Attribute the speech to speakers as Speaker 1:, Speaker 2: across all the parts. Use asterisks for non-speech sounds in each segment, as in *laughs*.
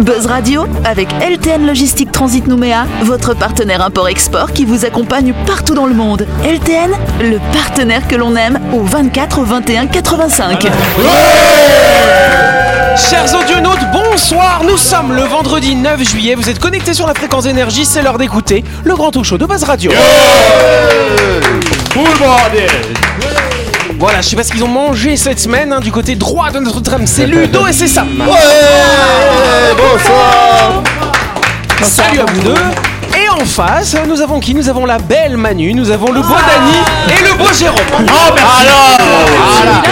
Speaker 1: Buzz Radio avec LTN Logistique Transit Nouméa, votre partenaire import-export qui vous accompagne partout dans le monde. LTN, le partenaire que l'on aime au 24 21 85.
Speaker 2: Chers audionautes, bonsoir. Nous sommes le vendredi 9 juillet. Vous êtes connectés sur la fréquence énergie. C'est l'heure d'écouter le grand talk show de Buzz Radio.
Speaker 3: Full bordel
Speaker 2: Voilà, je sais pas ce qu'ils ont mangé cette semaine hein, du côté droit de notre trame. C'est Ludo et c'est Sam.
Speaker 3: Ouais Eh, Bonsoir
Speaker 2: Salut à vous deux. Et en face, nous avons qui Nous avons la belle Manu, nous avons le beau
Speaker 4: Ah.
Speaker 2: Dany et le beau Jérôme.
Speaker 3: Oh Alors
Speaker 2: Ah,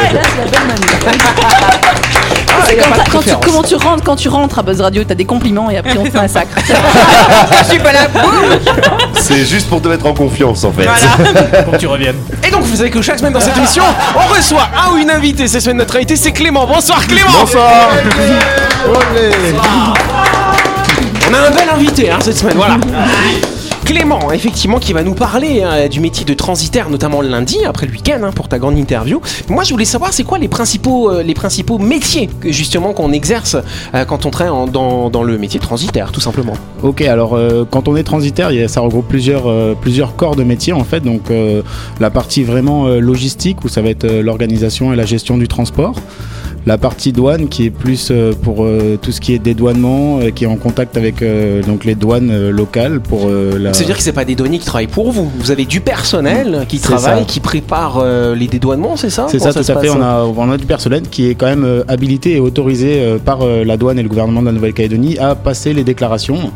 Speaker 2: y a pas
Speaker 4: Quand
Speaker 2: de
Speaker 4: t'as- quand tu,
Speaker 2: préférence.
Speaker 4: comment tu rentres quand tu rentres à Buzz Radio, t'as des compliments et après on fait un sacre. Je suis
Speaker 2: *laughs*
Speaker 4: pas là.
Speaker 3: Ah, C'est juste pour te mettre en confiance en fait.
Speaker 4: *laughs*
Speaker 2: Pour que tu reviennes. Et donc, vous savez que chaque semaine dans cette émission, on reçoit un ou une invitée. Cette semaine, notre invité, c'est Clément. Bonsoir Clément
Speaker 3: Bonsoir
Speaker 2: On a un bel invité hein, cette semaine, voilà. Clément, effectivement, qui va nous parler hein, du métier de transitaire, notamment le lundi, après le week-end, hein, pour ta grande interview. Moi, je voulais savoir, c'est quoi les principaux, euh, les principaux métiers, que, justement, qu'on exerce euh, quand on traîne en- dans, dans le métier de transitaire, tout simplement
Speaker 5: Ok, alors euh, quand on est transitaire, il y a- ça regroupe plusieurs, euh, plusieurs corps de métier en fait. Donc euh, la partie vraiment euh, logistique où ça va être euh, l'organisation et la gestion du transport. La partie douane qui est plus euh, pour euh, tout ce qui est dédouanement, euh, qui est en contact avec euh, donc les douanes euh, locales pour euh, la.
Speaker 2: Ça veut dire que c'est pas des douaniers qui travaillent pour vous. Vous avez du personnel qui
Speaker 5: C'est
Speaker 2: travaille,
Speaker 5: ça.
Speaker 2: qui prépare euh, les dédouanements, c'est ça
Speaker 5: C'est
Speaker 2: Comment
Speaker 5: ça, tout
Speaker 2: se
Speaker 5: à fait.
Speaker 2: passe
Speaker 5: On a, on a du personnel qui est quand même euh, habilité et autorisé euh, par euh, la douane et le gouvernement de la Nouvelle-Calédonie à passer les déclarations,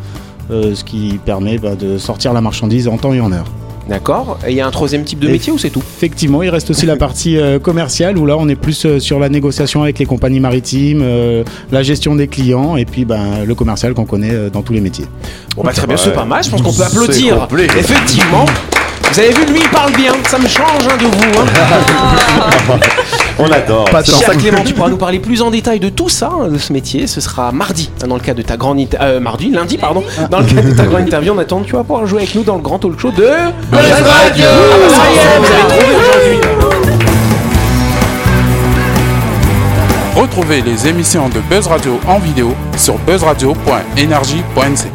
Speaker 5: euh, ce qui permet bah, de sortir la marchandise en temps et en heure.
Speaker 2: D'accord. Et il y a un troisième type de
Speaker 5: Et-
Speaker 2: métier ou c'est tout
Speaker 5: Effectivement, il reste aussi la partie euh, commerciale où là on est plus euh, sur la négociation avec les compagnies maritimes, euh, la gestion des clients et puis ben, le commercial qu'on connaît euh, dans tous les métiers.
Speaker 2: Bon bah très bien,
Speaker 3: Ouais.
Speaker 2: c'est pas mal, je pense qu'on peut
Speaker 3: C'est
Speaker 2: applaudir.
Speaker 3: complet.
Speaker 2: Effectivement. Vous avez vu, lui il parle bien, ça me change hein, de vous. Hein.
Speaker 3: On adore
Speaker 5: Pas tant.
Speaker 2: Cher Clément, tu pourras nous parler plus en détail de tout ça, hein, de ce métier. Ce sera mardi, hein, dans le cadre de ta grande inter- euh, mardi, lundi pardon, dans le cadre de ta grande interview. On attend, tu vas pouvoir jouer avec nous dans le grand talk show de Radio. Ah, bah, ça y est, vous avez trouvé aujourd'hui.
Speaker 6: Retrouvez les émissions de Buzz Radio en vidéo sur buzzradio.energie.nc.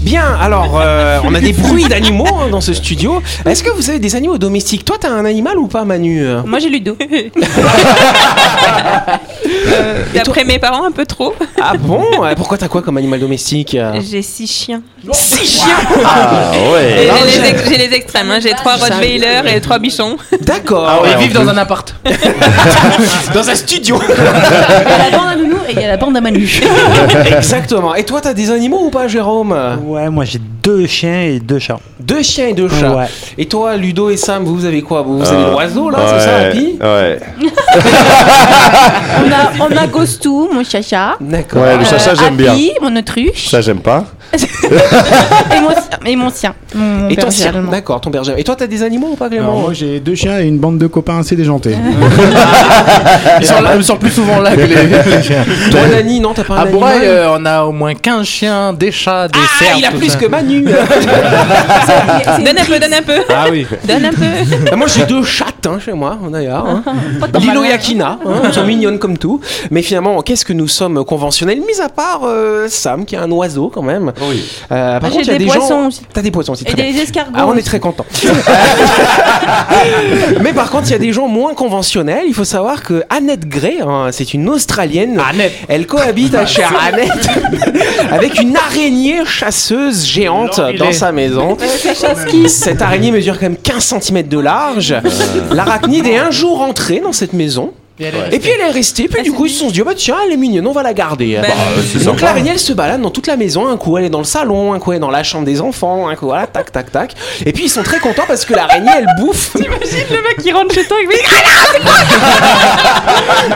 Speaker 2: Bien, alors euh, on a des bruits d'animaux hein, dans ce studio. Est-ce que vous avez des animaux domestiques Toi, t'as un animal ou pas, Manu
Speaker 7: Moi j'ai Ludo. Euh, D'après mes parents, un peu trop.
Speaker 2: Ah bon Pourquoi t'as quoi comme animal domestique
Speaker 7: J'ai six chiens.
Speaker 2: Six chiens
Speaker 3: Ah ouais
Speaker 7: J'ai
Speaker 2: là,
Speaker 7: les,
Speaker 2: j'ai-
Speaker 7: ex- j'ai les extrêmes. hein. J'ai trois Rottweiler et trois bichons.
Speaker 2: D'accord.
Speaker 3: Ah ouais, en plus.
Speaker 8: un appart.
Speaker 2: *laughs* dans un studio.
Speaker 4: Il y a la bande à Nounou et il y a la bande à Manu.
Speaker 2: Exactement. Et toi, t'as des animaux ou pas, Jérôme
Speaker 9: Ouais, moi j'ai deux chiens et deux chats.
Speaker 2: Deux chiens et deux chats.
Speaker 9: Ouais.
Speaker 2: Et toi, Ludo et Sam, vous avez quoi Vous, vous
Speaker 3: Euh,
Speaker 2: avez l'oiseau là, c'est ça, Happy
Speaker 3: Ouais,
Speaker 4: On a, on a Ghostou, mon chacha.
Speaker 2: D'accord.
Speaker 3: ouais le
Speaker 4: Euh,
Speaker 3: chacha j'aime bien.
Speaker 4: Happy, mon autruche.
Speaker 3: Ça j'aime pas.
Speaker 4: Et mon, et mon sien. Mon
Speaker 2: Et ton
Speaker 4: berger
Speaker 2: chien
Speaker 4: allemand.
Speaker 2: D'accord, ton berger. Et toi, t'as des animaux ou pas,
Speaker 5: Alors,
Speaker 2: Clément
Speaker 5: moi j'ai deux chiens et une bande de copains assez déjantés.
Speaker 8: Ils sont, là, ils sont plus souvent *laughs* là que les.
Speaker 2: Toi, Nani, non,
Speaker 9: Ah,
Speaker 2: t'as pas un
Speaker 8: À
Speaker 2: animal
Speaker 8: Bourreuil, euh, on a au moins 15 chiens, des chats, des
Speaker 2: Ah,
Speaker 8: cerfs.
Speaker 2: il a
Speaker 8: tout
Speaker 2: plus
Speaker 8: ça.
Speaker 9: *laughs*
Speaker 2: que Manu
Speaker 4: C'est- c'est une
Speaker 7: Donne un peu, donne
Speaker 3: *laughs*
Speaker 7: un peu.
Speaker 8: Ah oui.
Speaker 7: Donne un peu.
Speaker 2: *laughs* Bah, Moi, j'ai deux chattes hein, chez moi, d'ailleurs.
Speaker 4: *laughs*
Speaker 2: Hein.
Speaker 4: tant
Speaker 2: Lilo
Speaker 4: mal.
Speaker 2: et Akina, hein, elles sont mignonnes comme tout. Mais finalement, qu'est-ce que nous sommes conventionnels, mis à part euh, Sam, qui est un oiseau quand même.
Speaker 3: Oui.
Speaker 2: Euh, par
Speaker 4: Ah, J'ai
Speaker 2: contre, il y a
Speaker 4: des
Speaker 2: gens-
Speaker 4: poissons aussi.
Speaker 2: T'as des poissons aussi,
Speaker 4: Et
Speaker 2: très bien.
Speaker 4: des escargots.
Speaker 2: Ah, on est très content. Mais par contre, il y a des gens moins conventionnels. Il faut savoir que Annette Gray, hein, c'est une Australienne.
Speaker 8: Annette.
Speaker 2: Elle cohabite à chère Annette avec une araignée chasseuse géante dans sa maison. Cette araignée mesure quand même 15 cm de large. L'arachnide est un jour entrée dans cette maison. Et puis elle est restée, puis du coup ils se sont dit, Ah bah tiens, elle est mignonne, on va la garder.
Speaker 7: Bah,
Speaker 3: Euh, c'est
Speaker 2: Donc
Speaker 3: sympa.
Speaker 2: l'araignée elle se balade dans toute la maison, un coup elle est dans le salon, un coup elle est dans la chambre des enfants, un coup voilà, tac tac tac. Et puis ils sont très contents parce que l'araignée elle *laughs* bouffe.
Speaker 7: Imagine le mec qui rentre chez toi et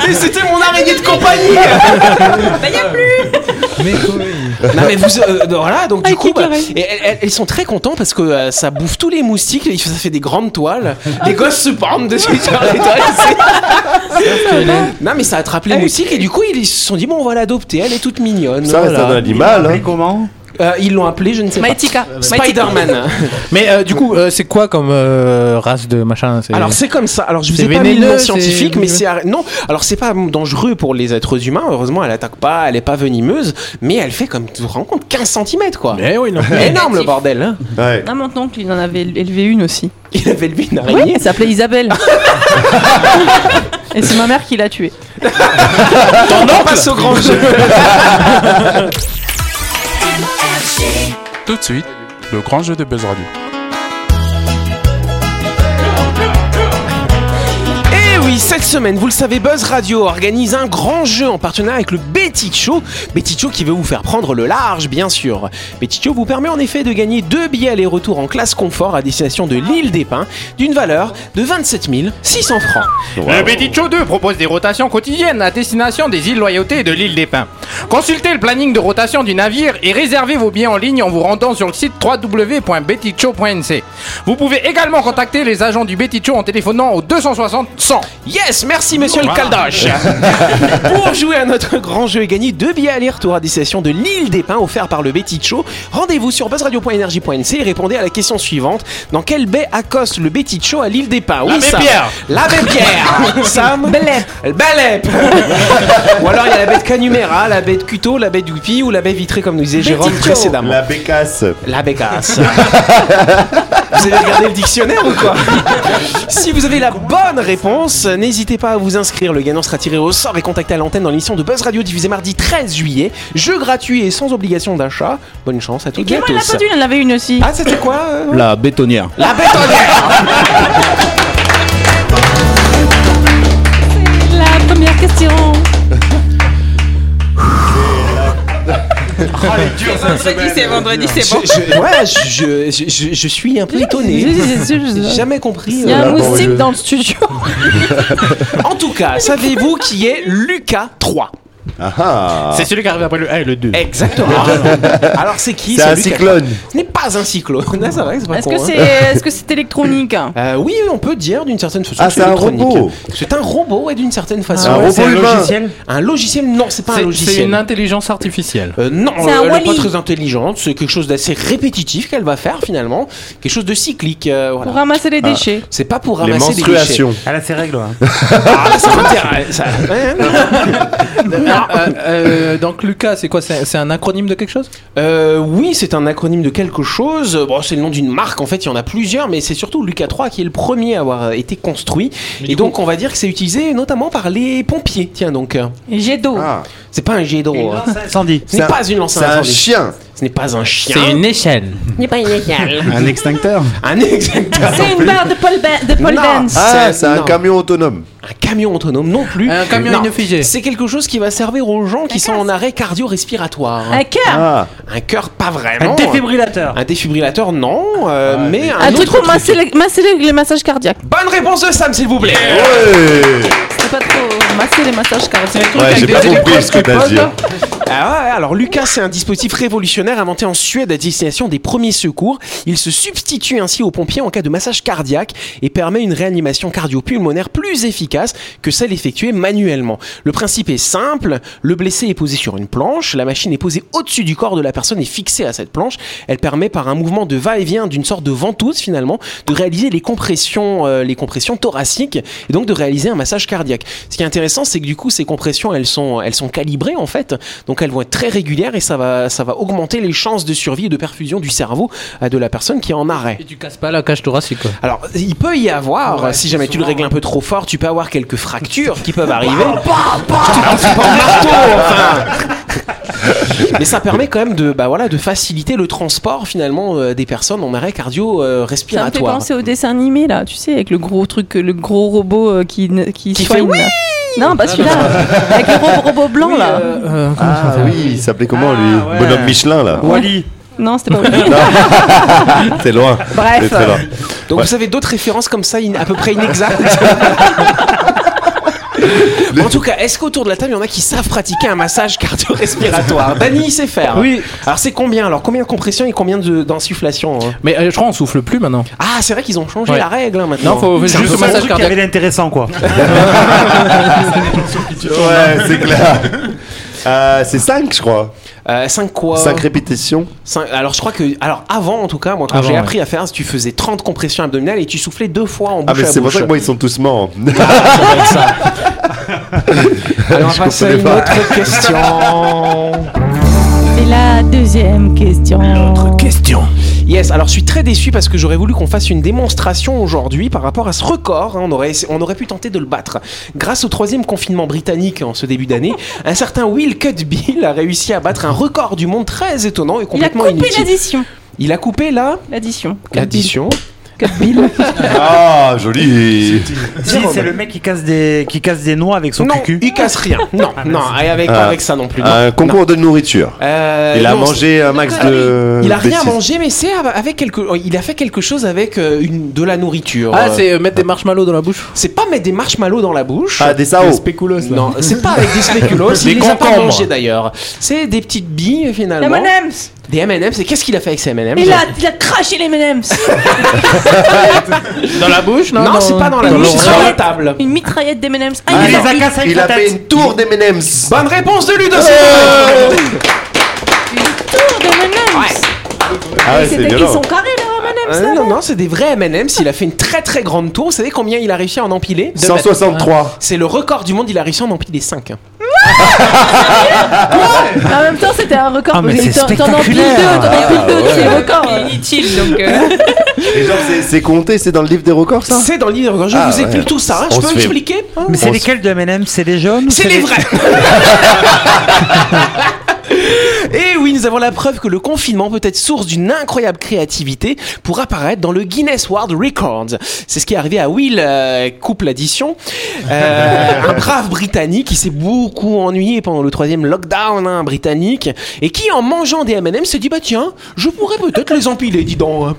Speaker 2: Mais c'était mon araignée de compagnie
Speaker 7: Bah y a plus.
Speaker 2: Non mais vous, euh, voilà, donc du
Speaker 7: Avec
Speaker 2: coup,
Speaker 7: les
Speaker 2: bah,
Speaker 7: oreilles.
Speaker 2: et, elles- elles- ils sont très contents parce que euh, ça bouffe tous les moustiques, et ça fait des grandes *laughs* toiles. Les gosses se pendent dessus sur les toiles. c'est- non mais ça attrape les moustiques et du coup ils se sont dit bon on va l'adopter, elle est toute mignonne.
Speaker 3: Ça reste
Speaker 2: voilà.
Speaker 3: un animal. hein.
Speaker 8: Comment
Speaker 2: Euh, ils l'ont appelé, je ne sais pas.
Speaker 4: Maïtika.
Speaker 2: Spider-Man. hein.
Speaker 8: Mais euh, du coup, euh, c'est quoi comme euh, race de machin c'est-
Speaker 2: Alors c'est comme ça. Alors je vous
Speaker 8: C'est
Speaker 2: ai pas mis le
Speaker 8: vénéneux,
Speaker 2: nom
Speaker 8: c'est-
Speaker 2: scientifique, mais c'est arr- non. Alors c'est pas dangereux pour les êtres humains. Heureusement, elle attaque pas, elle est pas venimeuse, mais elle fait comme tu te rends compte 15 cm quoi.
Speaker 8: Mais oui, non.
Speaker 2: *laughs* Énorme le bordel. hein.
Speaker 3: Ouais.
Speaker 4: Ah, mon oncle, il en avait élevé une aussi.
Speaker 2: Il avait lui une
Speaker 4: Oui,
Speaker 2: araignée.
Speaker 4: elle s'appelait Isabelle. Et c'est ma mère qui l'a tuée.
Speaker 2: On passe au
Speaker 8: *laughs*
Speaker 2: grand jeu.
Speaker 6: Tout de suite, le grand jeu de Buzz Radio.
Speaker 2: Et Eh oui, cette semaine, vous le savez, Buzz Radio organise un grand jeu en partenariat avec le Betty Show. Betty Show qui veut vous faire prendre le large, bien sûr. Betty Show vous permet en effet de gagner deux billets aller-retour en classe confort à destination de l'île des Pins d'une valeur de 27 600 francs.
Speaker 3: Wow.
Speaker 10: Le Petit Show 2 propose des rotations quotidiennes à destination des îles Loyauté et de l'île des Pins. Consultez le planning de rotation du navire et réservez vos billets en ligne en vous rendant sur le site www.bettycho.nc. Vous pouvez également contacter les agents du Petit Show en téléphonant au 260 100.
Speaker 2: Yes, merci monsieur le Caldache. *laughs* Pour jouer à notre grand jeu et gagner deux billets aller-retour à destination de l'île des Pins offerts par le Betty Show, rendez-vous sur buzzradio.energie.nc et répondez à la question suivante. Dans quelle baie accoste le Betty Show à l'île des Pins Où
Speaker 10: La baie
Speaker 2: ça
Speaker 10: Pierre.
Speaker 2: La baie Pierre *laughs* Sam Belep Belep *laughs* Ou alors il y a la baie de Canumera, la baie de Cuto, la baie de Goupy ou la baie vitrée comme nous disait Jérôme précédemment.
Speaker 3: La bécasse.
Speaker 2: La *laughs* bécasse. vous avez regardé le dictionnaire ou quoi Si vous avez la bonne réponse, n'hésitez pas à vous inscrire. Le gagnant sera tiré au sort et contacté à l'antenne dans l'émission de Buzz Radio diffusée mardi 13 juillet. Jeu gratuit et sans obligation d'achat. Bonne chance à toutes et à
Speaker 4: Comment elle l'a
Speaker 2: tous.
Speaker 4: pas tuée Elle en avait une aussi.
Speaker 2: Ah, c'était quoi euh,
Speaker 5: La bétonnière.
Speaker 2: La bétonnière
Speaker 7: La première question. Vendredi, c'est vendredi, c'est bon.
Speaker 2: Je- je- Ouais, je, je- je- je suis un peu étonné. J'ai jamais compris.
Speaker 4: Il y a
Speaker 2: euh.
Speaker 4: un
Speaker 3: Là, bon, je-
Speaker 4: moustique dans le studio.
Speaker 2: En tout cas, savez-vous qui est Lucas 3
Speaker 3: Ah ah.
Speaker 8: C'est celui qui arrive après le 1 et le 2.
Speaker 2: Exactement. *laughs* Alors c'est qui
Speaker 3: C'est un
Speaker 2: Lucas
Speaker 3: cyclone.
Speaker 2: Ce n'est pas un *laughs* cyclone. Ah, c'est vrai, c'est pas
Speaker 4: Est-ce
Speaker 2: con,
Speaker 4: que
Speaker 2: hein.
Speaker 4: c'est est-ce que c'est électronique
Speaker 2: Euh, oui, on peut dire d'une certaine façon.
Speaker 3: Ah,
Speaker 2: que
Speaker 3: c'est un
Speaker 2: électronique.
Speaker 3: robot.
Speaker 2: C'est un robot et d'une certaine façon.
Speaker 3: Ah ouais, c'est un
Speaker 2: humain.
Speaker 3: logiciel
Speaker 2: Un logiciel Non, c'est pas un
Speaker 8: C'est- C'est
Speaker 2: logiciel.
Speaker 8: une intelligence artificielle.
Speaker 2: Euh, non,
Speaker 4: C'est un
Speaker 2: elle est
Speaker 4: Wall-E.
Speaker 2: pas très intelligente. C'est quelque chose d'assez répétitif qu'elle va faire finalement, quelque chose de cyclique. euh, voilà.
Speaker 4: pour ramasser les déchets
Speaker 2: C'est pas pour
Speaker 3: Les
Speaker 2: ramasser des déchets.
Speaker 3: menstruations.
Speaker 9: Elle a ses règles. hein.
Speaker 2: Ah, ça m'intéresse. ça.
Speaker 8: Ah, euh, euh, donc Lucas, c'est quoi C'est c'est un acronyme de quelque chose
Speaker 2: Euh, oui, c'est un acronyme de quelque chose. Bon, c'est le nom d'une marque. En fait, il y en a plusieurs, mais c'est surtout Lucas 3 qui est le premier à avoir euh, été construit. et donc, on va dire que c'est utilisé notamment par les pompiers. Tiens donc, euh,
Speaker 4: et jet d'eau.
Speaker 3: Ah,
Speaker 2: c'est pas un jet d'eau. hein.
Speaker 9: Incendie.
Speaker 2: Ce n'est pas une lance à
Speaker 3: c'est un
Speaker 2: incendie.
Speaker 3: chien.
Speaker 2: Ce n'est pas un chien.
Speaker 8: C'est une échelle.
Speaker 5: Un extincteur.
Speaker 2: Un exacteur.
Speaker 4: C'est une barre de Paul, Ba- de Paul
Speaker 2: Non.
Speaker 4: Dance.
Speaker 3: Ah, c'est un
Speaker 2: non.
Speaker 3: camion autonome.
Speaker 2: Un camion autonome non plus.
Speaker 8: Un camion
Speaker 2: Non.
Speaker 8: inofficiel.
Speaker 2: C'est quelque chose qui va servir aux gens qui sont en arrêt cardio-respiratoire.
Speaker 4: Un cœur.
Speaker 3: Ah,
Speaker 2: Un cœur, pas vraiment.
Speaker 9: Un défibrillateur.
Speaker 2: Un défibrillateur, non. euh, mais un,
Speaker 4: Un,
Speaker 2: autre
Speaker 4: truc pour masser les, masser les, les massages cardiaques.
Speaker 2: Bonne réponse de Sam, s'il vous plaît.
Speaker 3: ouais.
Speaker 4: C'est pas trop masser les massages cardiaques.
Speaker 3: Ouais, j'ai pas compris ce que t'as dit. hein.
Speaker 2: Ah ouais, alors Lucas, c'est un dispositif révolutionnaire inventé en Suède à destination des premiers secours. Il se substitue ainsi aux pompiers en cas de massage cardiaque et permet une réanimation cardio-pulmonaire plus efficace que celle effectuée manuellement. Le principe est simple, le blessé est posé sur une planche, la machine est posée au-dessus du corps de la personne et fixée à cette planche. Elle permet par un mouvement de va-et-vient d'une sorte de ventouse finalement de réaliser les compressions, euh, les compressions thoraciques et donc de réaliser un massage cardiaque. Ce qui est intéressant, c'est que du coup, ces compressions, elles sont, elles sont calibrées en fait, donc elles vont être très régulières et ça va, ça va augmenter les chances de survie et de perfusion du cerveau euh, de la personne qui est en arrêt.
Speaker 8: Et tu casses pas la cage thoracique. quoi.
Speaker 2: Alors, il peut y avoir, euh, si jamais tu le règles un peu trop fort, tu peux avoir quelques fractures qui peuvent arriver. Ah, c'est pas un marteau, *laughs* enfin. Mais ça permet quand même de, bah voilà, de faciliter le transport finalement euh, des personnes en arrêt euh,
Speaker 4: Ça me fait
Speaker 2: cardio-respiratoire.
Speaker 4: penser au dessin animé là, tu sais, avec le gros truc, le gros robot euh, qui ne- qui,
Speaker 2: Qui
Speaker 4: soigne.
Speaker 2: fait oui
Speaker 4: non, pas celui-là, *laughs* avec le ro- robot blanc là.
Speaker 2: euh.
Speaker 3: Ah oui, il s'appelait comment lui
Speaker 2: Ah,
Speaker 9: ouais.
Speaker 3: Bonhomme Michelin là.
Speaker 9: Wally.
Speaker 4: Non, c'était pas oui.
Speaker 3: C'est loin. C'est
Speaker 4: Bref,
Speaker 3: très loin.
Speaker 2: Donc vous avez d'autres références comme ça, in- à peu près inexactes. *laughs* en tout cas, est-ce qu'autour de la table, il y en a qui savent pratiquer un massage cardio-respiratoire Dany, il sait faire.
Speaker 8: Oui.
Speaker 2: Alors c'est combien Alors combien de compressions et combien de- d'insufflations hein
Speaker 8: Mais euh, je crois on souffle plus maintenant.
Speaker 2: Ah, c'est vrai qu'ils ont changé
Speaker 8: Ouais.
Speaker 2: la règle hein, maintenant.
Speaker 8: Non, faut
Speaker 9: C'est
Speaker 8: juste le
Speaker 9: un
Speaker 8: massage
Speaker 9: truc qui
Speaker 8: cardiaque.
Speaker 9: avait d'intéressant quoi.
Speaker 2: *laughs*
Speaker 3: Ouais, c'est clair. Euh, c'est 5, je crois.
Speaker 2: 5 quoi
Speaker 3: 5 répétitions.
Speaker 2: Cinq- Alors je crois que alors avant en tout cas moi quand
Speaker 3: Avant,
Speaker 2: j'ai
Speaker 3: ouais.
Speaker 2: appris à faire tu faisais 30 compressions abdominales et tu soufflais deux fois en
Speaker 3: Ah,
Speaker 2: bouche
Speaker 3: mais
Speaker 2: à
Speaker 3: c'est pour
Speaker 2: bouche.
Speaker 3: ça que moi, ils sont
Speaker 2: *laughs*
Speaker 3: tous morts.
Speaker 2: Alors on
Speaker 3: *laughs* je
Speaker 2: va passer à
Speaker 3: comprenais
Speaker 2: une
Speaker 3: pas.
Speaker 2: autre
Speaker 3: *laughs*
Speaker 2: question.
Speaker 4: C'est la deuxième question.
Speaker 2: question. Yes, alors je suis très déçu parce que j'aurais voulu qu'on fasse une démonstration aujourd'hui par rapport à ce record. hein. on, aurait, on aurait pu tenter de le battre. Grâce au troisième confinement britannique en ce début d'année, un certain Will Cutbill a réussi à battre un record du monde très étonnant et
Speaker 4: Il a
Speaker 2: complètement
Speaker 4: coupé
Speaker 2: inutile.
Speaker 4: l'addition.
Speaker 2: Il a coupé là
Speaker 4: L'addition.
Speaker 2: l'addition.
Speaker 3: Ah, joli.
Speaker 9: Si, c'est le mec qui casse des, qui casse des noix avec son
Speaker 2: Non,
Speaker 9: cucu.
Speaker 2: il casse rien. Non, non, et avec,
Speaker 3: Ah.
Speaker 2: avec ça non plus. non.
Speaker 3: Un concours de nourriture.
Speaker 2: Euh,
Speaker 3: il a
Speaker 2: non,
Speaker 3: mangé un max de.
Speaker 2: Il a rien
Speaker 3: bêtises.
Speaker 2: mangé, mais c'est avec quelque. oh, Il a fait quelque chose avec euh, une, de la nourriture.
Speaker 8: Ah,
Speaker 2: Euh,
Speaker 8: c'est euh, mettre des marshmallows dans la bouche
Speaker 2: c'est pas mettre des marshmallows dans la bouche.
Speaker 3: Ah, des sao.
Speaker 5: spéculoos, là.
Speaker 2: non, c'est pas
Speaker 3: *laughs*
Speaker 2: avec des spéculoos.
Speaker 8: Des
Speaker 2: il les a pas
Speaker 8: concombres.
Speaker 2: mangés d'ailleurs. C'est des petites billes
Speaker 4: La
Speaker 2: finalement.
Speaker 4: M&M's.
Speaker 2: Des M&M's. Et qu'est-ce qu'il a fait avec ces M&M's
Speaker 4: Il a, il a craché les M&M's.
Speaker 10: Dans la bouche, non
Speaker 2: Non,
Speaker 10: dans-
Speaker 2: c'est pas dans la
Speaker 4: Dans
Speaker 2: bouche, c'est
Speaker 4: l'oreille.
Speaker 2: sur la table.
Speaker 4: Une mitraillette des M&M's. Ah,
Speaker 3: Ah,
Speaker 4: il
Speaker 3: non,
Speaker 4: les a-
Speaker 9: cassés avec
Speaker 3: il
Speaker 9: la
Speaker 3: a fait
Speaker 9: tête.
Speaker 3: une tour des M&M's.
Speaker 2: Bonne réponse de Ludo.
Speaker 4: tour des M&M's.
Speaker 3: Ah, ouais, c'est
Speaker 4: C'était- Ils
Speaker 3: violent.
Speaker 4: sont carrés les M&M's
Speaker 2: Euh,
Speaker 4: là.
Speaker 2: non, non, c'est des vrais M&M's. Il a fait une très très grande tour. Vous savez combien il a réussi à en empiler
Speaker 3: 163.
Speaker 2: C'est le record du monde. Il a réussi à en empiler 5.
Speaker 4: En même temps, c'était un record.
Speaker 9: Ah, mais
Speaker 4: T'en-
Speaker 9: c'est
Speaker 4: T'en empiles deux,
Speaker 9: spectaculaire.
Speaker 4: t'en empiles deux, c'est le record.
Speaker 7: Inutile donc. euh,
Speaker 3: Et genre, c'est- c'est compté, c'est dans le livre des records, ça
Speaker 2: C'est dans le livre. Je
Speaker 3: Ah,
Speaker 2: vous explique
Speaker 3: ouais.
Speaker 2: tout ça. hein.
Speaker 3: On
Speaker 2: Je peux
Speaker 3: se fait-
Speaker 2: expliquer hein
Speaker 9: Mais c'est
Speaker 3: On
Speaker 9: lesquels de M&M C'est les jaunes ou
Speaker 2: C'est les vrais *laughs* Et Eh oui, nous avons la preuve que le confinement peut être source d'une incroyable créativité pour apparaître dans le Guinness World Records. C'est ce qui est arrivé à Will euh, Couple Addition, euh, un brave Britannique qui s'est beaucoup ennuyé pendant le troisième lockdown hein, britannique et qui, en mangeant des M&M, se dit bah tiens, je pourrais peut-être les empiler, dis donc.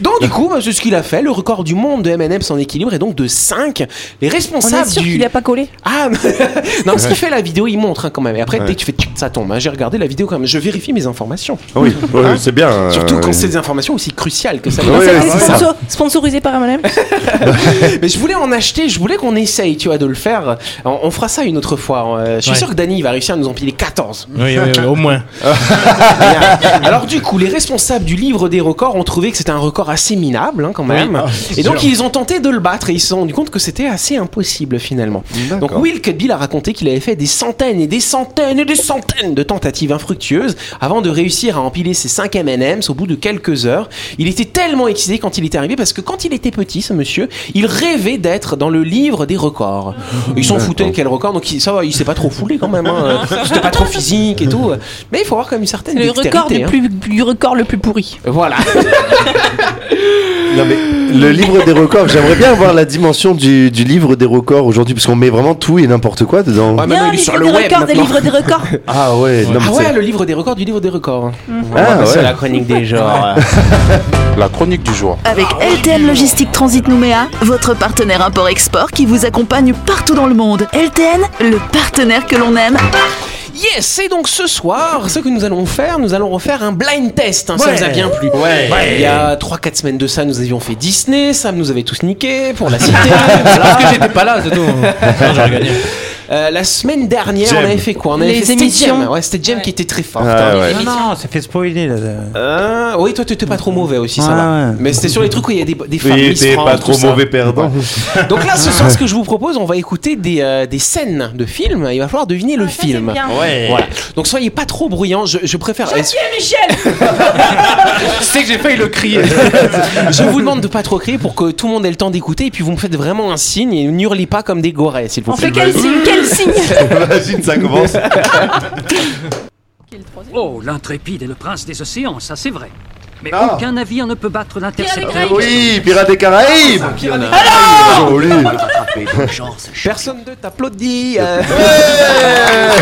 Speaker 2: Donc du coup, bah, c'est ce qu'il a fait. Le record du monde de M&M en équilibre est donc de 5. Les
Speaker 4: On est
Speaker 2: responsables
Speaker 4: sûr
Speaker 2: du
Speaker 4: qu'il a pas collé.
Speaker 2: ah mais- *laughs* non, parce qu'il fait la vidéo, il montre hein, quand même. Et après, dès que tu fais tchit, ça tombe. hein. J'ai regardé la vidéo quand même. Je vérifie mes informations. *laughs*
Speaker 3: Ah Oui, ouais, c'est bien. euh,
Speaker 2: Hein Surtout quand c'est des informations aussi cruciales que ça.
Speaker 3: Ouais, ouais,
Speaker 4: C'était
Speaker 3: c'est ça.
Speaker 4: sponsor- sponsorisé par M&M's.
Speaker 2: Mais je voulais en acheter, je voulais qu'on essaye, tu vois, de le faire. On, on fera ça une autre fois. hein. Je suis
Speaker 8: Ouais.
Speaker 2: sûr que Dany il va réussir à nous empiler
Speaker 3: *laughs*
Speaker 2: 14.
Speaker 8: oui, oui, oui, au moins.
Speaker 2: Alors du coup, les responsables du livre des records ont trouvé que c'était un record assez minable hein, quand même. et donc ils ont tenté de le battre et ils se sont rendu compte que c'était assez impossible finalement. Donc
Speaker 3: D'accord.
Speaker 2: Will Cudbill a raconté qu'il avait fait des centaines et des centaines et des centaines de tentatives infructueuses avant de réussir à empiler ses 5 M&M's au bout de quelques heures. Il était tellement excité quand il était arrivé parce que quand il était petit, ce monsieur, il rêvait d'être dans le livre des records. Ils s'en foutaient de quel record, donc il- ça va, il s'est pas trop foulé quand même. hein. *laughs* C'était pas trop physique et tout. Mais il faut avoir comme une certaine
Speaker 4: Le
Speaker 2: dextérité,
Speaker 4: record du,
Speaker 2: hein.
Speaker 4: plus, du record le plus pourri.
Speaker 8: *laughs*
Speaker 2: Voilà.
Speaker 3: Non, mais le livre des records, j'aimerais bien voir la dimension du, du livre des records aujourd'hui, parce qu'on met vraiment tout et n'importe quoi dedans.
Speaker 2: Ouais,
Speaker 4: Il y a
Speaker 2: maintenant,
Speaker 4: un
Speaker 2: il est
Speaker 4: livre
Speaker 2: sur
Speaker 4: des
Speaker 2: le web
Speaker 4: records, des
Speaker 2: maintenant.
Speaker 4: livres
Speaker 2: *laughs*
Speaker 4: des records.
Speaker 3: Ah ouais, non, mais
Speaker 2: Ah
Speaker 3: c'est-
Speaker 2: ouais, le livre des records du livre des records.
Speaker 3: Ah
Speaker 2: C'est
Speaker 3: ouais.
Speaker 2: la chronique des *laughs* genres.
Speaker 6: La chronique du jour.
Speaker 1: Avec LTN Logistique Transit Nouméa, votre partenaire import-export qui vous accompagne partout dans le monde. LTN, le partenaire que l'on aime.
Speaker 2: yes, et donc ce soir, ce que nous allons faire, nous allons refaire un blind test. hein, Ça
Speaker 9: Ouais.
Speaker 2: nous a bien plu. Bah, Il y a 3-4 semaines de ça, nous avions fait Disney. Sam nous avait tous niqué pour
Speaker 8: *laughs*
Speaker 2: la cité. voilà.
Speaker 8: Parce que j'étais pas là, c'est tout.
Speaker 2: *laughs*
Speaker 8: Non, j'aurais gagné.
Speaker 2: Euh, la semaine dernière,
Speaker 3: Jem.
Speaker 2: on avait fait quoi On avait
Speaker 4: Les
Speaker 2: fait c'était
Speaker 4: émissions.
Speaker 2: Jem. Ouais, c'était Jem qui était très forte.
Speaker 3: Ah
Speaker 2: hein.
Speaker 3: ouais.
Speaker 9: Non, non, ça fait spoiler là. ça.
Speaker 2: Euh, oui, toi, t'étais pas trop mauvais aussi, ça
Speaker 9: Ouais,
Speaker 2: va.
Speaker 9: ouais.
Speaker 2: Mais c'était sur les trucs où il y a des, des femmes
Speaker 3: Il
Speaker 2: Miss
Speaker 3: était
Speaker 2: France,
Speaker 3: pas
Speaker 2: tout
Speaker 3: trop
Speaker 2: ça.
Speaker 3: mauvais perdant.
Speaker 2: Donc là, ce soir, ce que je vous propose, on va écouter des, euh, des scènes de films. Il va falloir deviner
Speaker 4: Ah,
Speaker 2: le film.
Speaker 8: Ouais.
Speaker 2: Voilà. Donc soyez pas trop bruyants. Je, je préfère. est-ce-
Speaker 10: Tu sais que j'ai failli le crier.
Speaker 2: Je vous demande de pas trop crier pour que tout le monde ait le temps d'écouter. Et puis vous me faites vraiment un signe et n'hurlez pas comme des gorées, s'il vous
Speaker 4: On
Speaker 2: plaît.
Speaker 4: fait quel signe Quel signe
Speaker 3: *laughs* Imagine, ça commence.
Speaker 11: Oh, l'intrépide est le prince des océans, ça c'est vrai. Mais
Speaker 3: Ah.
Speaker 11: aucun navire ne peut battre l'intercepteur.
Speaker 3: Oui, Pirates des Caraïbes Joli
Speaker 2: Personne ne t'applaudit. euh.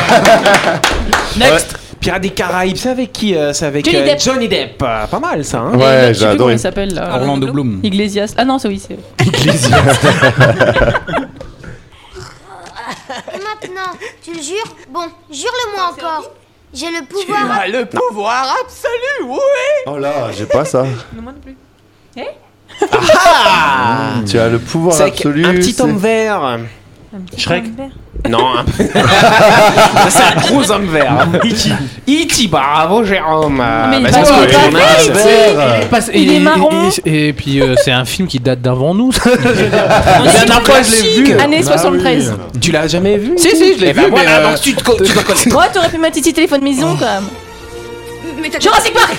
Speaker 4: *laughs*
Speaker 2: Next. Pirates des Caraïbes, c'est avec qui euh, C'est avec
Speaker 4: Johnny
Speaker 2: euh,
Speaker 4: Depp.
Speaker 2: Johnny Depp. Euh, Pas mal ça. hein.
Speaker 3: Ouais, j'ai
Speaker 4: Je sais plus comment
Speaker 3: adoré.
Speaker 4: il s'appelle là.
Speaker 8: Orlando Bloom.
Speaker 4: Iglesias. Ah non, c'est oui, c'est.
Speaker 12: Maintenant, tu le jures Bon, jure-le-moi encore. J'ai le pouvoir.
Speaker 10: le pouvoir absolu,
Speaker 3: Oh là, j'ai pas ça.
Speaker 2: Ah
Speaker 3: Tu as le pouvoir
Speaker 2: C'est avec
Speaker 3: absolu.
Speaker 2: un petit homme
Speaker 3: Bah. c'est-
Speaker 2: vert.
Speaker 9: Shrek
Speaker 2: Euh, Non, hein. un peu. *laughs* Ça, c'est un gros homme vert. Iti. Iti, bravo Jérôme.
Speaker 10: mais il
Speaker 2: Bah,
Speaker 10: est
Speaker 2: c'est
Speaker 10: pas-
Speaker 2: parce que
Speaker 10: il est pas
Speaker 2: on a-
Speaker 10: fait,
Speaker 2: c'est-
Speaker 10: Iti. Il est pas-
Speaker 8: Et-
Speaker 10: il est
Speaker 8: et-
Speaker 10: marron.
Speaker 8: Et, et puis euh, c'est un film qui date d'avant nous. *laughs* Je veux dire,
Speaker 10: C'est
Speaker 8: la dernière
Speaker 10: un
Speaker 8: fois je l'ai
Speaker 10: classique.
Speaker 8: vu.
Speaker 2: ah
Speaker 4: Année 73.
Speaker 2: Tu l'as jamais vu
Speaker 10: Si, si, je l'ai
Speaker 2: Eh
Speaker 10: vu.
Speaker 2: ben
Speaker 10: mais,
Speaker 2: voilà,
Speaker 10: euh,
Speaker 2: donc tu te co- tu dois connaître.
Speaker 4: Ouais, t'aurais pu mettre ici téléphone
Speaker 2: Oh.
Speaker 4: maison quand même. Jurassic Park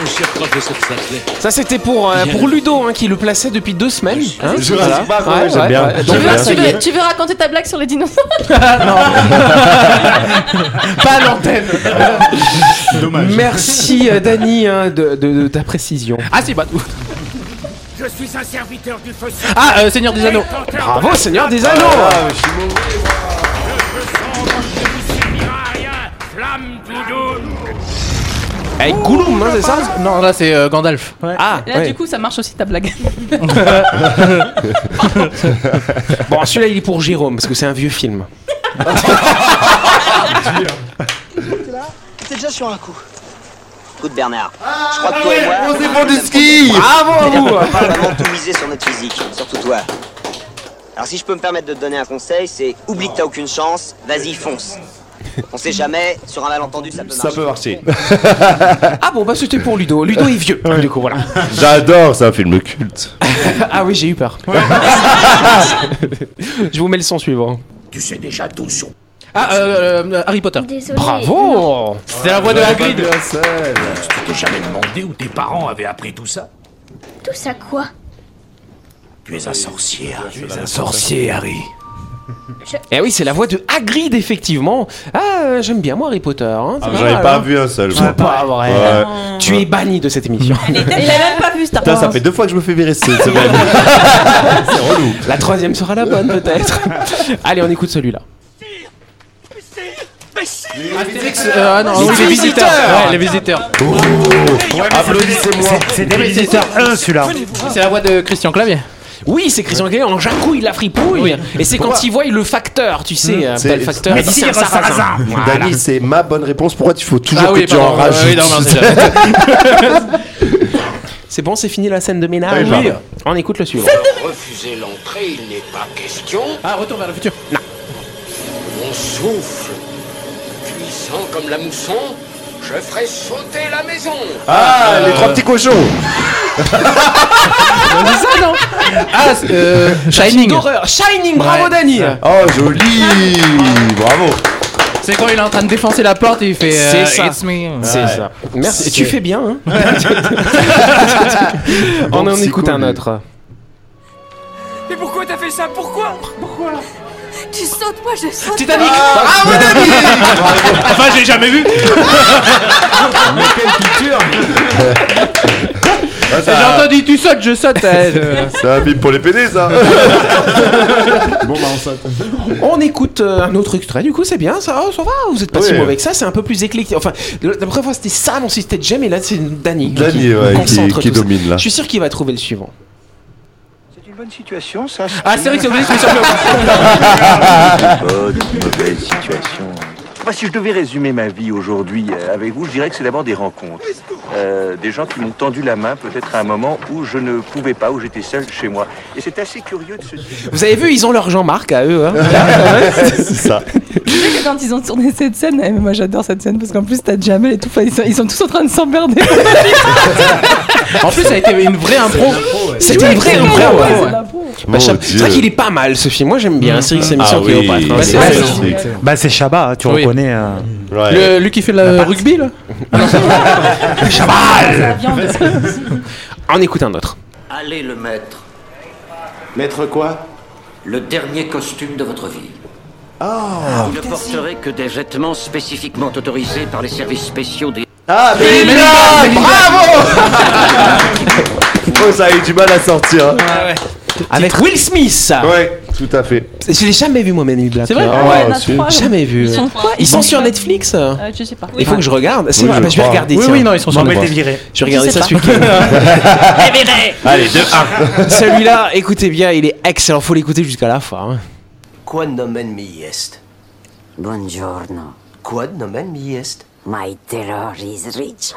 Speaker 13: Mon cher professeur Saclay.
Speaker 2: Ça, c'était pour, euh, pour Ludo hein, qui le plaçait depuis deux semaines. hein.
Speaker 3: Je sais pas, ouais,
Speaker 2: Ouais,
Speaker 3: j'aime
Speaker 2: ouais,
Speaker 3: bien. Ah,
Speaker 2: ouais.
Speaker 3: Tu
Speaker 2: Donc
Speaker 3: veux-
Speaker 2: là,
Speaker 3: tu
Speaker 2: ça y
Speaker 4: tu
Speaker 2: est.
Speaker 4: veux, tu veux raconter ta blague sur les dinosaures
Speaker 2: Pas
Speaker 10: *laughs*
Speaker 2: l'antenne. Merci euh, Dani hein, de, de- de ta précision.
Speaker 10: Ah si, bah.
Speaker 13: Je suis un serviteur du feu.
Speaker 10: Ah, euh, Seigneur des Anneaux.
Speaker 2: Bravo Seigneur des Anneaux.
Speaker 10: Ah.
Speaker 2: Avec Gollum, hein, c'est ça
Speaker 10: Non, là c'est euh, Gandalf.
Speaker 2: Ah,
Speaker 4: Là,
Speaker 2: ouais.
Speaker 4: du coup, ça marche aussi ta blague.
Speaker 2: bon, celui-là il est pour Jérôme parce que c'est un vieux film.
Speaker 14: T'es déjà sur un coup. Coup de Bernard.
Speaker 13: Je
Speaker 14: crois que toi et moi.
Speaker 13: Ah, on s'est
Speaker 14: pour
Speaker 13: du ski.
Speaker 2: Bravo à vous.
Speaker 14: On
Speaker 10: Oh.
Speaker 14: va vraiment tout miser sur notre physique, surtout toi. Alors si je peux me permettre de te donner un conseil, c'est oublie que t'as aucune chance, vas-y fonce. On sait jamais, sur un malentendu ça peut marcher.
Speaker 3: Ça peut marcher.
Speaker 2: Ah bon, bah c'était pour Ludo. Ludo est vieux. Du coup, voilà.
Speaker 3: J'adore, c'est un film culte.
Speaker 2: ah oui, j'ai eu peur. *laughs* Je vous mets le son suivant.
Speaker 13: Tu sais déjà tout sur.
Speaker 10: Ah, euh, euh, Harry Potter.
Speaker 2: Bravo
Speaker 10: C'est la voix de Hagrid.
Speaker 13: Tu t'es jamais demandé où tes parents avaient appris tout ça
Speaker 12: Tout ça quoi
Speaker 13: Tu es un sorcier, Harry. Tu es un sorcier, Harry.
Speaker 2: Eh oui, c'est la voix de Hagrid, effectivement. Ah, euh, j'aime bien, moi, Harry Potter. hein, c'est
Speaker 3: Ah,
Speaker 2: pas
Speaker 3: J'avais
Speaker 2: mal,
Speaker 3: pas
Speaker 2: hein.
Speaker 3: vu un seul. moi.
Speaker 2: C'est pas vrai.
Speaker 3: Ouais.
Speaker 2: Tu es banni de cette émission.
Speaker 4: Il a même pas vu Star
Speaker 3: Putain,
Speaker 4: Wars.
Speaker 3: ça fait deux fois que je me fais virer *laughs* cette semaine.
Speaker 2: la troisième sera la bonne, peut-être. Allez, on écoute celui-là.
Speaker 10: Euh, ah non,
Speaker 2: Les
Speaker 10: oui, les
Speaker 2: visiteurs.
Speaker 10: visiteurs. Ouais, les visiteurs.
Speaker 3: Ah,
Speaker 2: Applaudissez-moi.
Speaker 9: C'est des visiteurs 1 celui-là.
Speaker 10: C'est la voix de Christian Clavier.
Speaker 2: Oui, c'est Christian Clavier en jacouille la fripouille.
Speaker 10: Oui.
Speaker 2: Et c'est quand
Speaker 10: Pourquoi
Speaker 2: il voit le facteur, tu sais, euh, pas le facteur.
Speaker 3: Mais
Speaker 2: il dit,
Speaker 3: c'est
Speaker 2: un sarrasin. Voilà.
Speaker 3: Dani, c'est ma bonne réponse. Pourquoi tu faut toujours
Speaker 2: Ah oui,
Speaker 3: que tu en
Speaker 2: pardon,
Speaker 3: rajoutes
Speaker 2: euh, oui, non,
Speaker 3: *laughs*
Speaker 2: non, c'est C'est bon, c'est fini la scène de ménage.
Speaker 3: Ah oui, pardon.
Speaker 2: On écoute le suivant.
Speaker 13: Refuser l'entrée, il n'est pas question.
Speaker 10: Ah, retour vers le futur.
Speaker 13: Mon souffle, puissant comme la mousson, je ferai sauter la maison.
Speaker 3: Ah,
Speaker 2: Euh,
Speaker 3: les trois petits cochons
Speaker 10: On dit ça, non Ah, c'est, euh,
Speaker 2: Film
Speaker 10: Shining.
Speaker 2: d'horreur. Shining, bravo
Speaker 10: Ouais.
Speaker 2: Dani.
Speaker 3: Oh, joli Bravo
Speaker 10: C'est quand il est en train de défoncer la porte et il fait. euh, It's me.
Speaker 2: C'est
Speaker 10: Ouais.
Speaker 2: ça. Merci.
Speaker 10: C'est-
Speaker 2: Tu fais
Speaker 3: *laughs*
Speaker 2: bien. hein. on en écoute un autre.
Speaker 13: Mais pourquoi t'as fait ça Pourquoi Pourquoi
Speaker 15: Tu sautes, moi je saute.
Speaker 10: Titanic
Speaker 13: Ah ouais
Speaker 8: Enfin, j'ai jamais vu.
Speaker 3: Ah,
Speaker 10: J'ai
Speaker 3: ça-
Speaker 10: entendu, tu sautes, je saute. euh,
Speaker 3: C'est un film pour les PD, ça
Speaker 5: Bon, bah, on saute.
Speaker 2: On écoute euh, un autre extrait, du coup c'est bien, ça, oh, ça va, vous êtes pas si
Speaker 3: Oui.
Speaker 2: mauvais que ça, c'est un peu plus éclectique. Enfin, la première fois c'était Sam, ensuite c'était Jem, et là c'est Danny. *laughs*
Speaker 3: Danny,
Speaker 2: qui,
Speaker 3: ouais, qui-
Speaker 2: concentre
Speaker 3: qui
Speaker 2: tout ça.
Speaker 3: domine, là.
Speaker 2: Je suis sûr qu'il va trouver le suivant.
Speaker 13: C'est une bonne situation, ça.
Speaker 10: Ah, c'est vrai que c'est obligé de se
Speaker 13: *laughs* Bonne mauvaise situation. Moi, Bah, si je devais résumer ma vie aujourd'hui euh, avec vous, je dirais que c'est d'abord des rencontres. Euh, des gens qui m'ont tendu la main peut-être à un moment où je ne pouvais pas, où j'étais seul chez moi. Et c'est assez curieux de se dire...
Speaker 2: Vous avez vu, ils ont leur Jean-Marc à eux. Hein.
Speaker 3: C'est ça.
Speaker 4: Tu sais que quand ils ont tourné cette scène, eh, mais moi j'adore cette scène parce qu'en plus t'as Jamel et tout, enfin, ils sont, ils sont tous en train de s'emmerder.
Speaker 10: En plus, ça a été une vraie impro.
Speaker 2: C'était
Speaker 10: Ouais,
Speaker 2: une vraie
Speaker 10: c'est
Speaker 2: impro,
Speaker 10: vrai,
Speaker 2: Ah ouais.
Speaker 10: ouais.
Speaker 4: *laughs*
Speaker 2: Bah, Chap-
Speaker 3: Dieu.
Speaker 2: c'est vrai qu'il est pas mal ce film, moi j'aime bien. C'est vrai que c'est Mission
Speaker 3: Ah oui,
Speaker 2: Cléopâtre. hein.
Speaker 3: c'est
Speaker 2: C'est-
Speaker 3: excellent.
Speaker 2: c'est-
Speaker 3: Oui.
Speaker 9: Bah, c'est Shabba, hein, tu
Speaker 10: Oui.
Speaker 9: reconnais. euh.
Speaker 10: Le, lui qui fait le rugby là
Speaker 2: On écoute un autre.
Speaker 13: Allez le mettre,
Speaker 16: Maître quoi
Speaker 13: le dernier costume de votre vie.
Speaker 16: Ah
Speaker 13: Vous ne porterez que des vêtements spécifiquement autorisés par les services spéciaux des...
Speaker 3: Ah, Belinda Bravo *laughs* Oh, ça a eu du mal à sortir. hein.
Speaker 2: Avec Will Smith
Speaker 3: Ouais, tout à fait.
Speaker 2: Je l'ai jamais vu moi, Men in Black.
Speaker 3: C'est vrai
Speaker 2: Ah,
Speaker 3: Ah ouais,
Speaker 2: ouais,
Speaker 3: il y en a
Speaker 2: si.
Speaker 3: trois,
Speaker 4: là.
Speaker 2: Jamais vu.
Speaker 4: Ils sont quoi
Speaker 2: Ils sont sur Netflix
Speaker 4: Euh, je sais pas.
Speaker 2: Il faut que je regarde. C'est
Speaker 3: Oui,
Speaker 2: vrai,
Speaker 3: je
Speaker 2: bah, je vais
Speaker 3: crois.
Speaker 2: regarder.
Speaker 10: Oui,
Speaker 2: tiens.
Speaker 10: oui, non, ils sont sur
Speaker 2: Bon,
Speaker 10: le
Speaker 2: bah,
Speaker 10: bord.
Speaker 2: t'es viré. Je vais regarder
Speaker 10: Je sais
Speaker 2: ça ce
Speaker 10: pas.
Speaker 4: *laughs*
Speaker 2: week-end.
Speaker 3: Allez, 2-1.
Speaker 2: Celui-là, écoutez bien, il est excellent. Faut l'écouter jusqu'à la fin. hein.
Speaker 16: Quoi nomen mi est Buongiorno. Quoi nomen mi est
Speaker 17: *laughs*
Speaker 15: My terror is rich.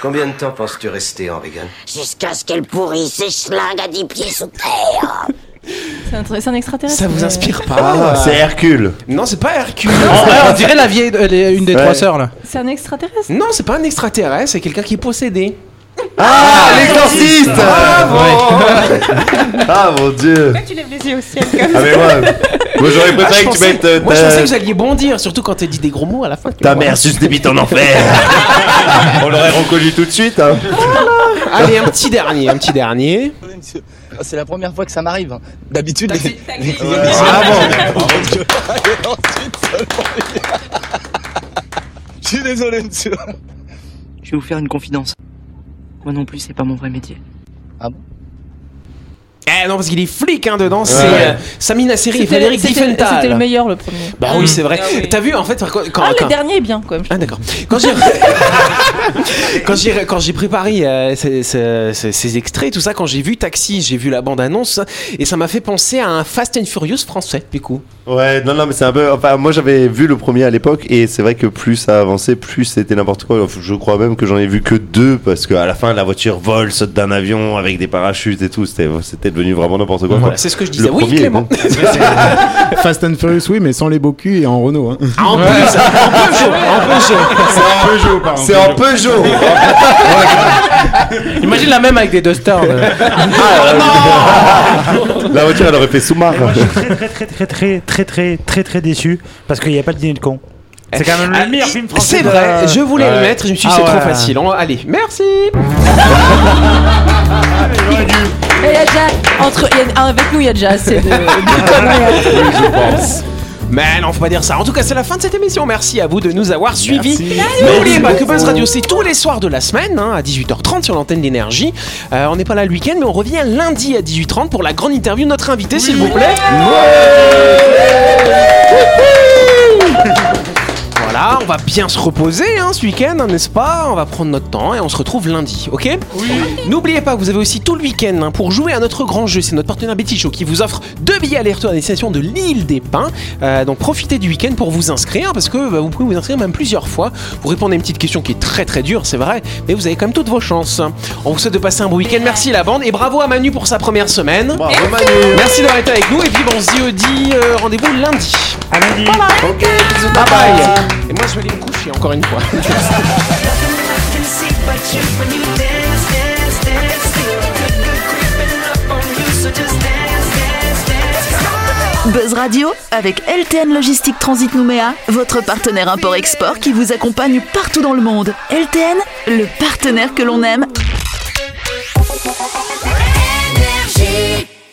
Speaker 16: Combien de temps penses-tu rester, Henri Gann
Speaker 17: Jusqu'à ce qu'elle pourrisse et schlingue à dix pieds sous terre.
Speaker 4: C'est un, c'est un extraterrestre.
Speaker 2: Ça vous inspire pas
Speaker 3: Ah,
Speaker 2: euh,
Speaker 3: c'est Hercule.
Speaker 2: Non, c'est pas Hercule.
Speaker 8: on dirait la vieille, euh, les- une des
Speaker 2: Ouais.
Speaker 8: trois sœurs là.
Speaker 4: C'est un extraterrestre.
Speaker 2: Non, c'est pas un extraterrestre, c'est quelqu'un qui est possédé.
Speaker 3: Ah, l'exorciste
Speaker 2: *laughs*
Speaker 3: Ah mon dieu
Speaker 4: Pourquoi tu lèves les yeux au ciel comme
Speaker 3: Ah mais moi, moi j'aurais
Speaker 2: Ah,
Speaker 3: préféré
Speaker 2: je
Speaker 3: que tu
Speaker 2: pensais-
Speaker 3: mettes euh,
Speaker 2: Moi, je pensais que vous
Speaker 3: ta,
Speaker 2: alliez bondir, surtout quand t'as dit des gros mots à la fin.
Speaker 3: ta mère sus des bites en enfer
Speaker 2: *laughs*
Speaker 3: On l'aurait reconnu tout de suite hein.
Speaker 2: Allez, un petit dernier, un petit dernier.
Speaker 18: C'est la première fois que ça m'arrive. D'habitude, les.
Speaker 2: Ah
Speaker 18: bon Je suis désolé, monsieur. Je vais vous faire une confidence. Moi non plus, c'est pas mon vrai métier.
Speaker 2: Eh non, parce qu'il est flic hein, dedans, c'est
Speaker 18: ouais.
Speaker 2: euh, Samina Seri et
Speaker 4: C'était-
Speaker 2: Frédéric
Speaker 4: c'était-
Speaker 2: Diffenthal.
Speaker 4: C'était le meilleur le premier.
Speaker 2: Bah oui, c'est vrai. T'as vu, en fait, quand. quand-
Speaker 4: ah,
Speaker 2: quand-
Speaker 4: le dernier est bien quand même.
Speaker 2: Ah d'accord. Quand j'ai *laughs* quand j'ai quand j'ai préparé euh, ces, ces- ces- ces extraits, tout ça, quand j'ai vu Taxi, j'ai vu la bande annonce et ça m'a fait penser à un Fast and Furious français du coup.
Speaker 3: Ouais, non, non, mais c'est un peu. Enfin, moi j'avais vu le premier à l'époque et c'est vrai que plus ça avançait, plus c'était n'importe quoi. Enfin, Je crois même que j'en ai vu que deux parce qu'à la fin la voiture vole, saute d'un avion avec des parachutes et tout. C'était c'était devenu vraiment n'importe quoi.
Speaker 2: Voilà,
Speaker 3: quoi.
Speaker 2: c'est ce que je
Speaker 3: Le
Speaker 2: disais. Oui,
Speaker 3: premier est
Speaker 2: Clément. *laughs*
Speaker 3: bon.
Speaker 5: Fast and Furious, oui, mais sans les beaux culs et en Renault. hein.
Speaker 2: Ah, en *laughs* plus, en Peugeot, en Peugeot.
Speaker 5: C'est en Peugeot, pardon.
Speaker 3: C'est en Peugeot *laughs*
Speaker 8: Imagine la même avec des Dusters. euh.
Speaker 3: Ah,
Speaker 2: Ah,
Speaker 3: La voiture elle aurait fait sous-marin.
Speaker 9: Très, très, très, très, très, très, très, très déçu parce qu'il n'y a pas de dîner de con. C'est quand même le meilleur film français.
Speaker 2: C'est
Speaker 9: de la-
Speaker 2: vrai, je voulais le
Speaker 9: Ouais.
Speaker 2: mettre, je me suis dit
Speaker 9: Ah
Speaker 2: c'est trop
Speaker 9: ouais.
Speaker 2: facile. On- Allez, merci.
Speaker 4: Et Eh, il y a déjà, entre, il y a- avec nous, il y a déjà assez *laughs* de, de conneries. hein.
Speaker 2: je pense. Mais non, faut pas dire ça. En tout cas, c'est la fin de cette émission. Merci à vous de nous avoir suivis. N'oubliez pas que Buzz Radio, c'est tous les soirs de la semaine, hein, à 18h30 sur l'antenne d'énergie. Euh, on n'est pas là le week-end, mais on revient lundi à 18h30 pour la grande interview de notre invité, s'il vous plaît. Voilà, on va bien se reposer hein, ce week-end, hein, n'est-ce pas On va prendre notre temps et on se retrouve lundi, ok N'oubliez pas que vous avez aussi tout le week-end hein, pour jouer à notre grand jeu. C'est notre partenaire Betty Show qui vous offre deux billets aller-retour à destination de l'île des Pins. Euh, donc profitez du week-end pour vous inscrire parce que bah, vous pouvez vous inscrire même plusieurs fois. Vous répondez à une petite question qui est très très dure, c'est vrai, mais vous avez quand même toutes vos chances. On vous souhaite de passer un bon week-end. Merci la bande et bravo à Manu pour sa première semaine. Bravo
Speaker 3: Manu.
Speaker 2: Merci d'avoir été avec nous et puis bon, on se dit, euh, dit, euh, rendez-vous lundi. À lundi. Bye bye. Et moi je vais aller me coucher encore une fois. *laughs*
Speaker 1: Buzz Radio avec LTN Logistique Transit Nouméa, votre partenaire import-export qui vous accompagne partout dans le monde. LTN, le partenaire que l'on aime.